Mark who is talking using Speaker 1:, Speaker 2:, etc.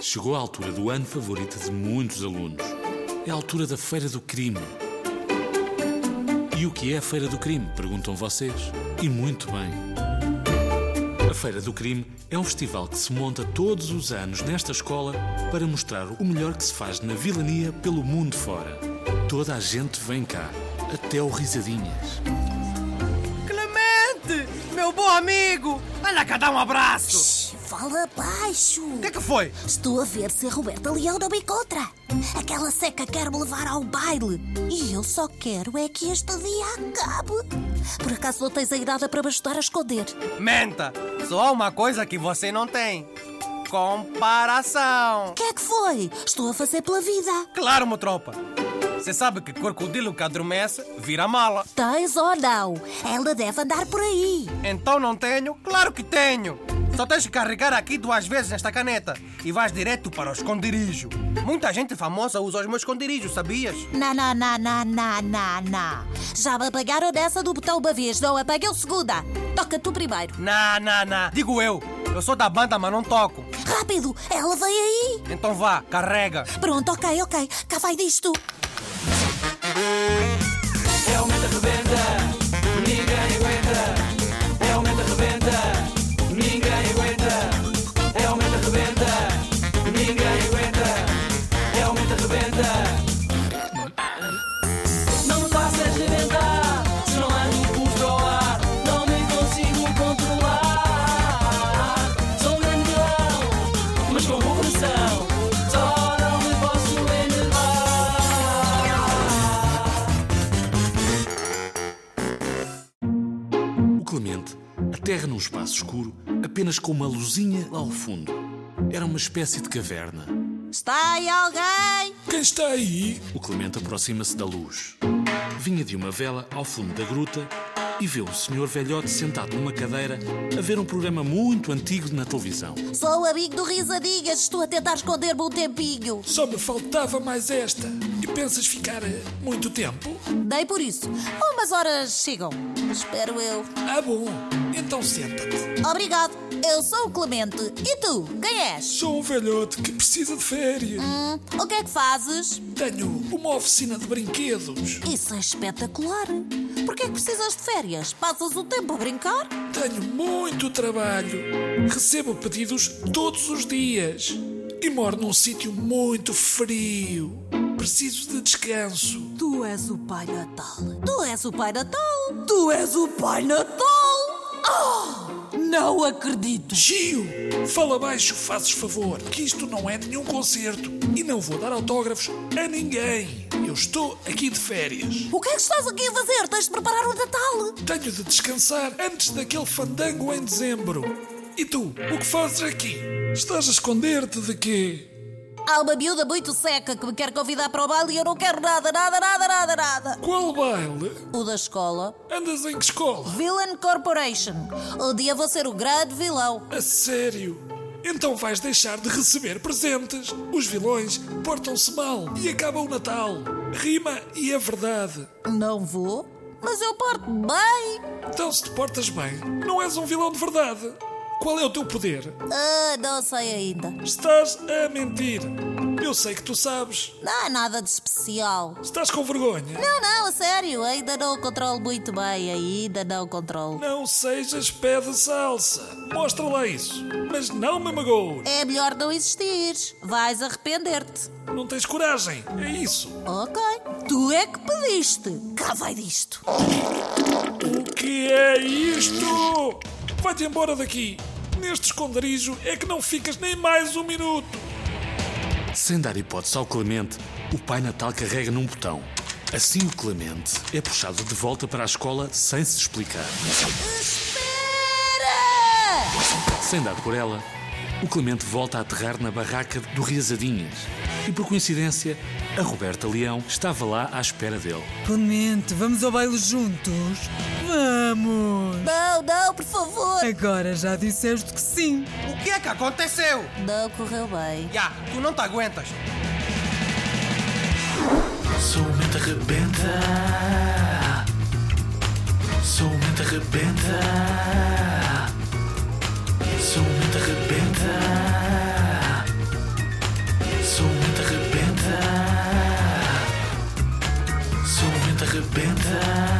Speaker 1: Chegou a altura do ano favorita de muitos alunos. É a altura da Feira do Crime. E o que é a Feira do Crime? Perguntam vocês. E muito bem. A Feira do Crime é um festival que se monta todos os anos nesta escola para mostrar o melhor que se faz na vilania pelo mundo fora. Toda a gente vem cá, até o Risadinhas.
Speaker 2: Clemente, meu bom amigo, olha cá dá um abraço.
Speaker 3: Shhh, Fala baixo!
Speaker 2: O que é que foi?
Speaker 3: Estou a ver se a Roberta Leão não me encontra. Aquela seca quer me levar ao baile. E eu só quero é que este dia acabe. Por acaso não tens aí nada para me ajudar a esconder?
Speaker 2: Menta, só há uma coisa que você não tem. Comparação.
Speaker 3: O que é que foi? Estou a fazer pela vida.
Speaker 2: Claro, meu tropa. Você sabe que crocodilo que adormece vira mala.
Speaker 3: Tens ou não? Ela deve andar por aí.
Speaker 2: Então não tenho? Claro que tenho. Só tens que carregar aqui duas vezes nesta caneta e vais direto para o esconderijo. Muita gente famosa usa os meus esconderijos, sabias?
Speaker 3: Na, na, na, na, na, na, na. Já me apagaram dessa do botão uma vez, não apaguei o segunda. Toca tu primeiro.
Speaker 2: Na, na, na. Digo eu. Eu sou da banda, mas não toco.
Speaker 3: Rápido, ela vem aí.
Speaker 2: Então vá, carrega.
Speaker 3: Pronto, ok, ok. Cá vai disto.
Speaker 4: É o Menta Rebenta, ninguém aguenta. É o Menta Rebenta, ninguém aguenta. É o Menta Rebenta, ninguém aguenta. É o Menta Rebenta. Não me faças rebentar, se não ando impulso para o ar. Não me consigo controlar. Sou grandão, mas com coração. Só não me posso elevar.
Speaker 1: O Clemente aterra num espaço escuro apenas com uma luzinha lá ao fundo. Era uma espécie de caverna.
Speaker 3: Está aí alguém?
Speaker 1: Quem está aí? O Clemente aproxima-se da luz. Vinha de uma vela ao fundo da gruta e vê um senhor velhote sentado numa cadeira a ver um programa muito antigo na televisão.
Speaker 3: Sou o amigo do Risadinhas, estou a tentar esconder-me um tempinho.
Speaker 5: Só me faltava mais esta. E pensas ficar eh, muito tempo?
Speaker 3: Nem por isso. Umas horas chegam. Espero eu.
Speaker 5: Ah, bom. Então senta-te.
Speaker 3: Obrigado. Eu sou o Clemente. E tu? Quem és?
Speaker 5: Sou um velhote que precisa de férias.
Speaker 3: Hum, o que é que fazes?
Speaker 5: Tenho uma oficina de brinquedos.
Speaker 3: Isso é espetacular. Porquê é que precisas de férias? Passas o tempo a brincar?
Speaker 5: Tenho muito trabalho. Recebo pedidos todos os dias. E moro num sítio muito frio. Preciso de descanso.
Speaker 3: Tu és o Pai Natal. Tu és o Pai Natal. Tu és o Pai Natal. Oh, não acredito.
Speaker 5: Gio, fala baixo, fazes favor, que isto não é nenhum concerto e não vou dar autógrafos a ninguém. Eu estou aqui de férias.
Speaker 3: O que é que estás aqui a fazer? Tens de preparar o Natal.
Speaker 5: Tenho de descansar antes daquele fandango em dezembro. E tu, o que fazes aqui? Estás a esconder-te de quê?
Speaker 3: Há uma miúda muito seca que me quer convidar para o baile e eu não quero nada, nada, nada, nada, nada.
Speaker 5: Qual baile?
Speaker 3: O da escola.
Speaker 5: Andas em que escola?
Speaker 3: Villain Corporation. Um dia vou ser o grande vilão.
Speaker 5: A sério? Então vais deixar de receber presentes. Os vilões portam-se mal e acaba o Natal. Rima e é verdade.
Speaker 3: Não vou, mas eu porto-me bem.
Speaker 5: Então, se te portas bem, não és um vilão de verdade. Qual é o teu poder?
Speaker 3: Ah, não sei ainda.
Speaker 5: Estás a mentir. Eu sei que tu sabes.
Speaker 3: Não há nada de especial.
Speaker 5: Estás com vergonha.
Speaker 3: Não, não, a sério, ainda não o controlo muito bem, ainda não o controlo.
Speaker 5: Não sejas pé de salsa. Mostra lá isso. Mas não me magoes.
Speaker 3: É melhor não existir. Vais arrepender-te.
Speaker 5: Não tens coragem. É isso.
Speaker 3: Ok. Tu é que pediste. Cá vai disto.
Speaker 5: O que é isto? Vai-te embora daqui. Neste esconderijo é que não ficas nem mais um minuto.
Speaker 1: Sem dar hipótese ao Clemente, o Pai Natal carrega num botão. Assim o Clemente é puxado de volta para a escola sem se explicar.
Speaker 3: Espera!
Speaker 1: Sem dar por ela, o Clemente volta a aterrar na barraca do Riazadinhas. E por coincidência, a Roberta Leão estava lá à espera dele.
Speaker 6: Clemente, vamos ao baile juntos? Vamos!
Speaker 3: Não, não, por favor.
Speaker 6: Agora já disseste que sim.
Speaker 2: O que é que aconteceu?
Speaker 3: Não correu bem.
Speaker 2: Já, tu não te aguentas.
Speaker 4: Sou um o Menta Rebenta. Sou um o Menta Rebenta. um Sou um o Menta Rebenta. um
Speaker 7: rebenta.